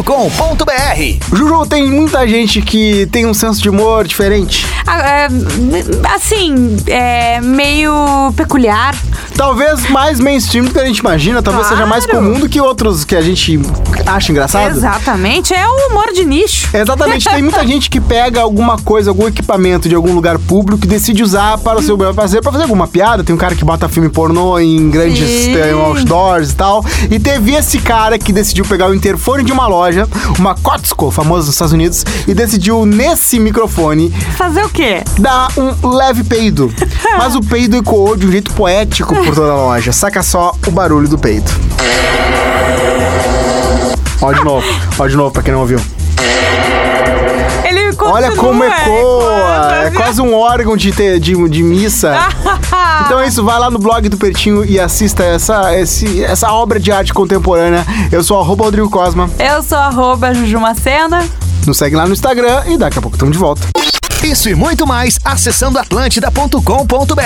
Atlântida.com.br Juju, tem muita gente que tem um senso de humor diferente. Ah, é, assim, é meio peculiar. Talvez mais mainstream do que a gente imagina, talvez Claro. seja mais comum do que outros que a gente acha engraçado. Exatamente, é o humor de nicho. Exatamente, tem muita gente que pega alguma coisa, algum equipamento de algum lugar público e decide usar para o seu melhor prazer, para fazer alguma piada. Tem um cara que bota filme pornô em grandes Sim. eh, outdoors e tal. E teve esse cara que decidiu pegar o interfone de uma loja, uma Costco, famosa nos Estados Unidos, e decidiu nesse microfone Fazer o quê? dar um leve peido. Mas o peido ecoou de um jeito poético por toda a loja. Saca só o barulho do peido. Ó de novo, ó de novo pra quem não ouviu. Ele continua, é Olha como ecoa! ecoando, É quase um órgão de, te- de, de missa. Então é isso, vai lá no blog do Pertinho e assista essa, esse- essa obra de arte contemporânea. Eu sou arroba Rodrigo Cosma. Eu sou arroba Jujumacena. Nos segue lá no Instagram e daqui a pouco estamos de volta. Isso e muito mais acessando atlântida.com.br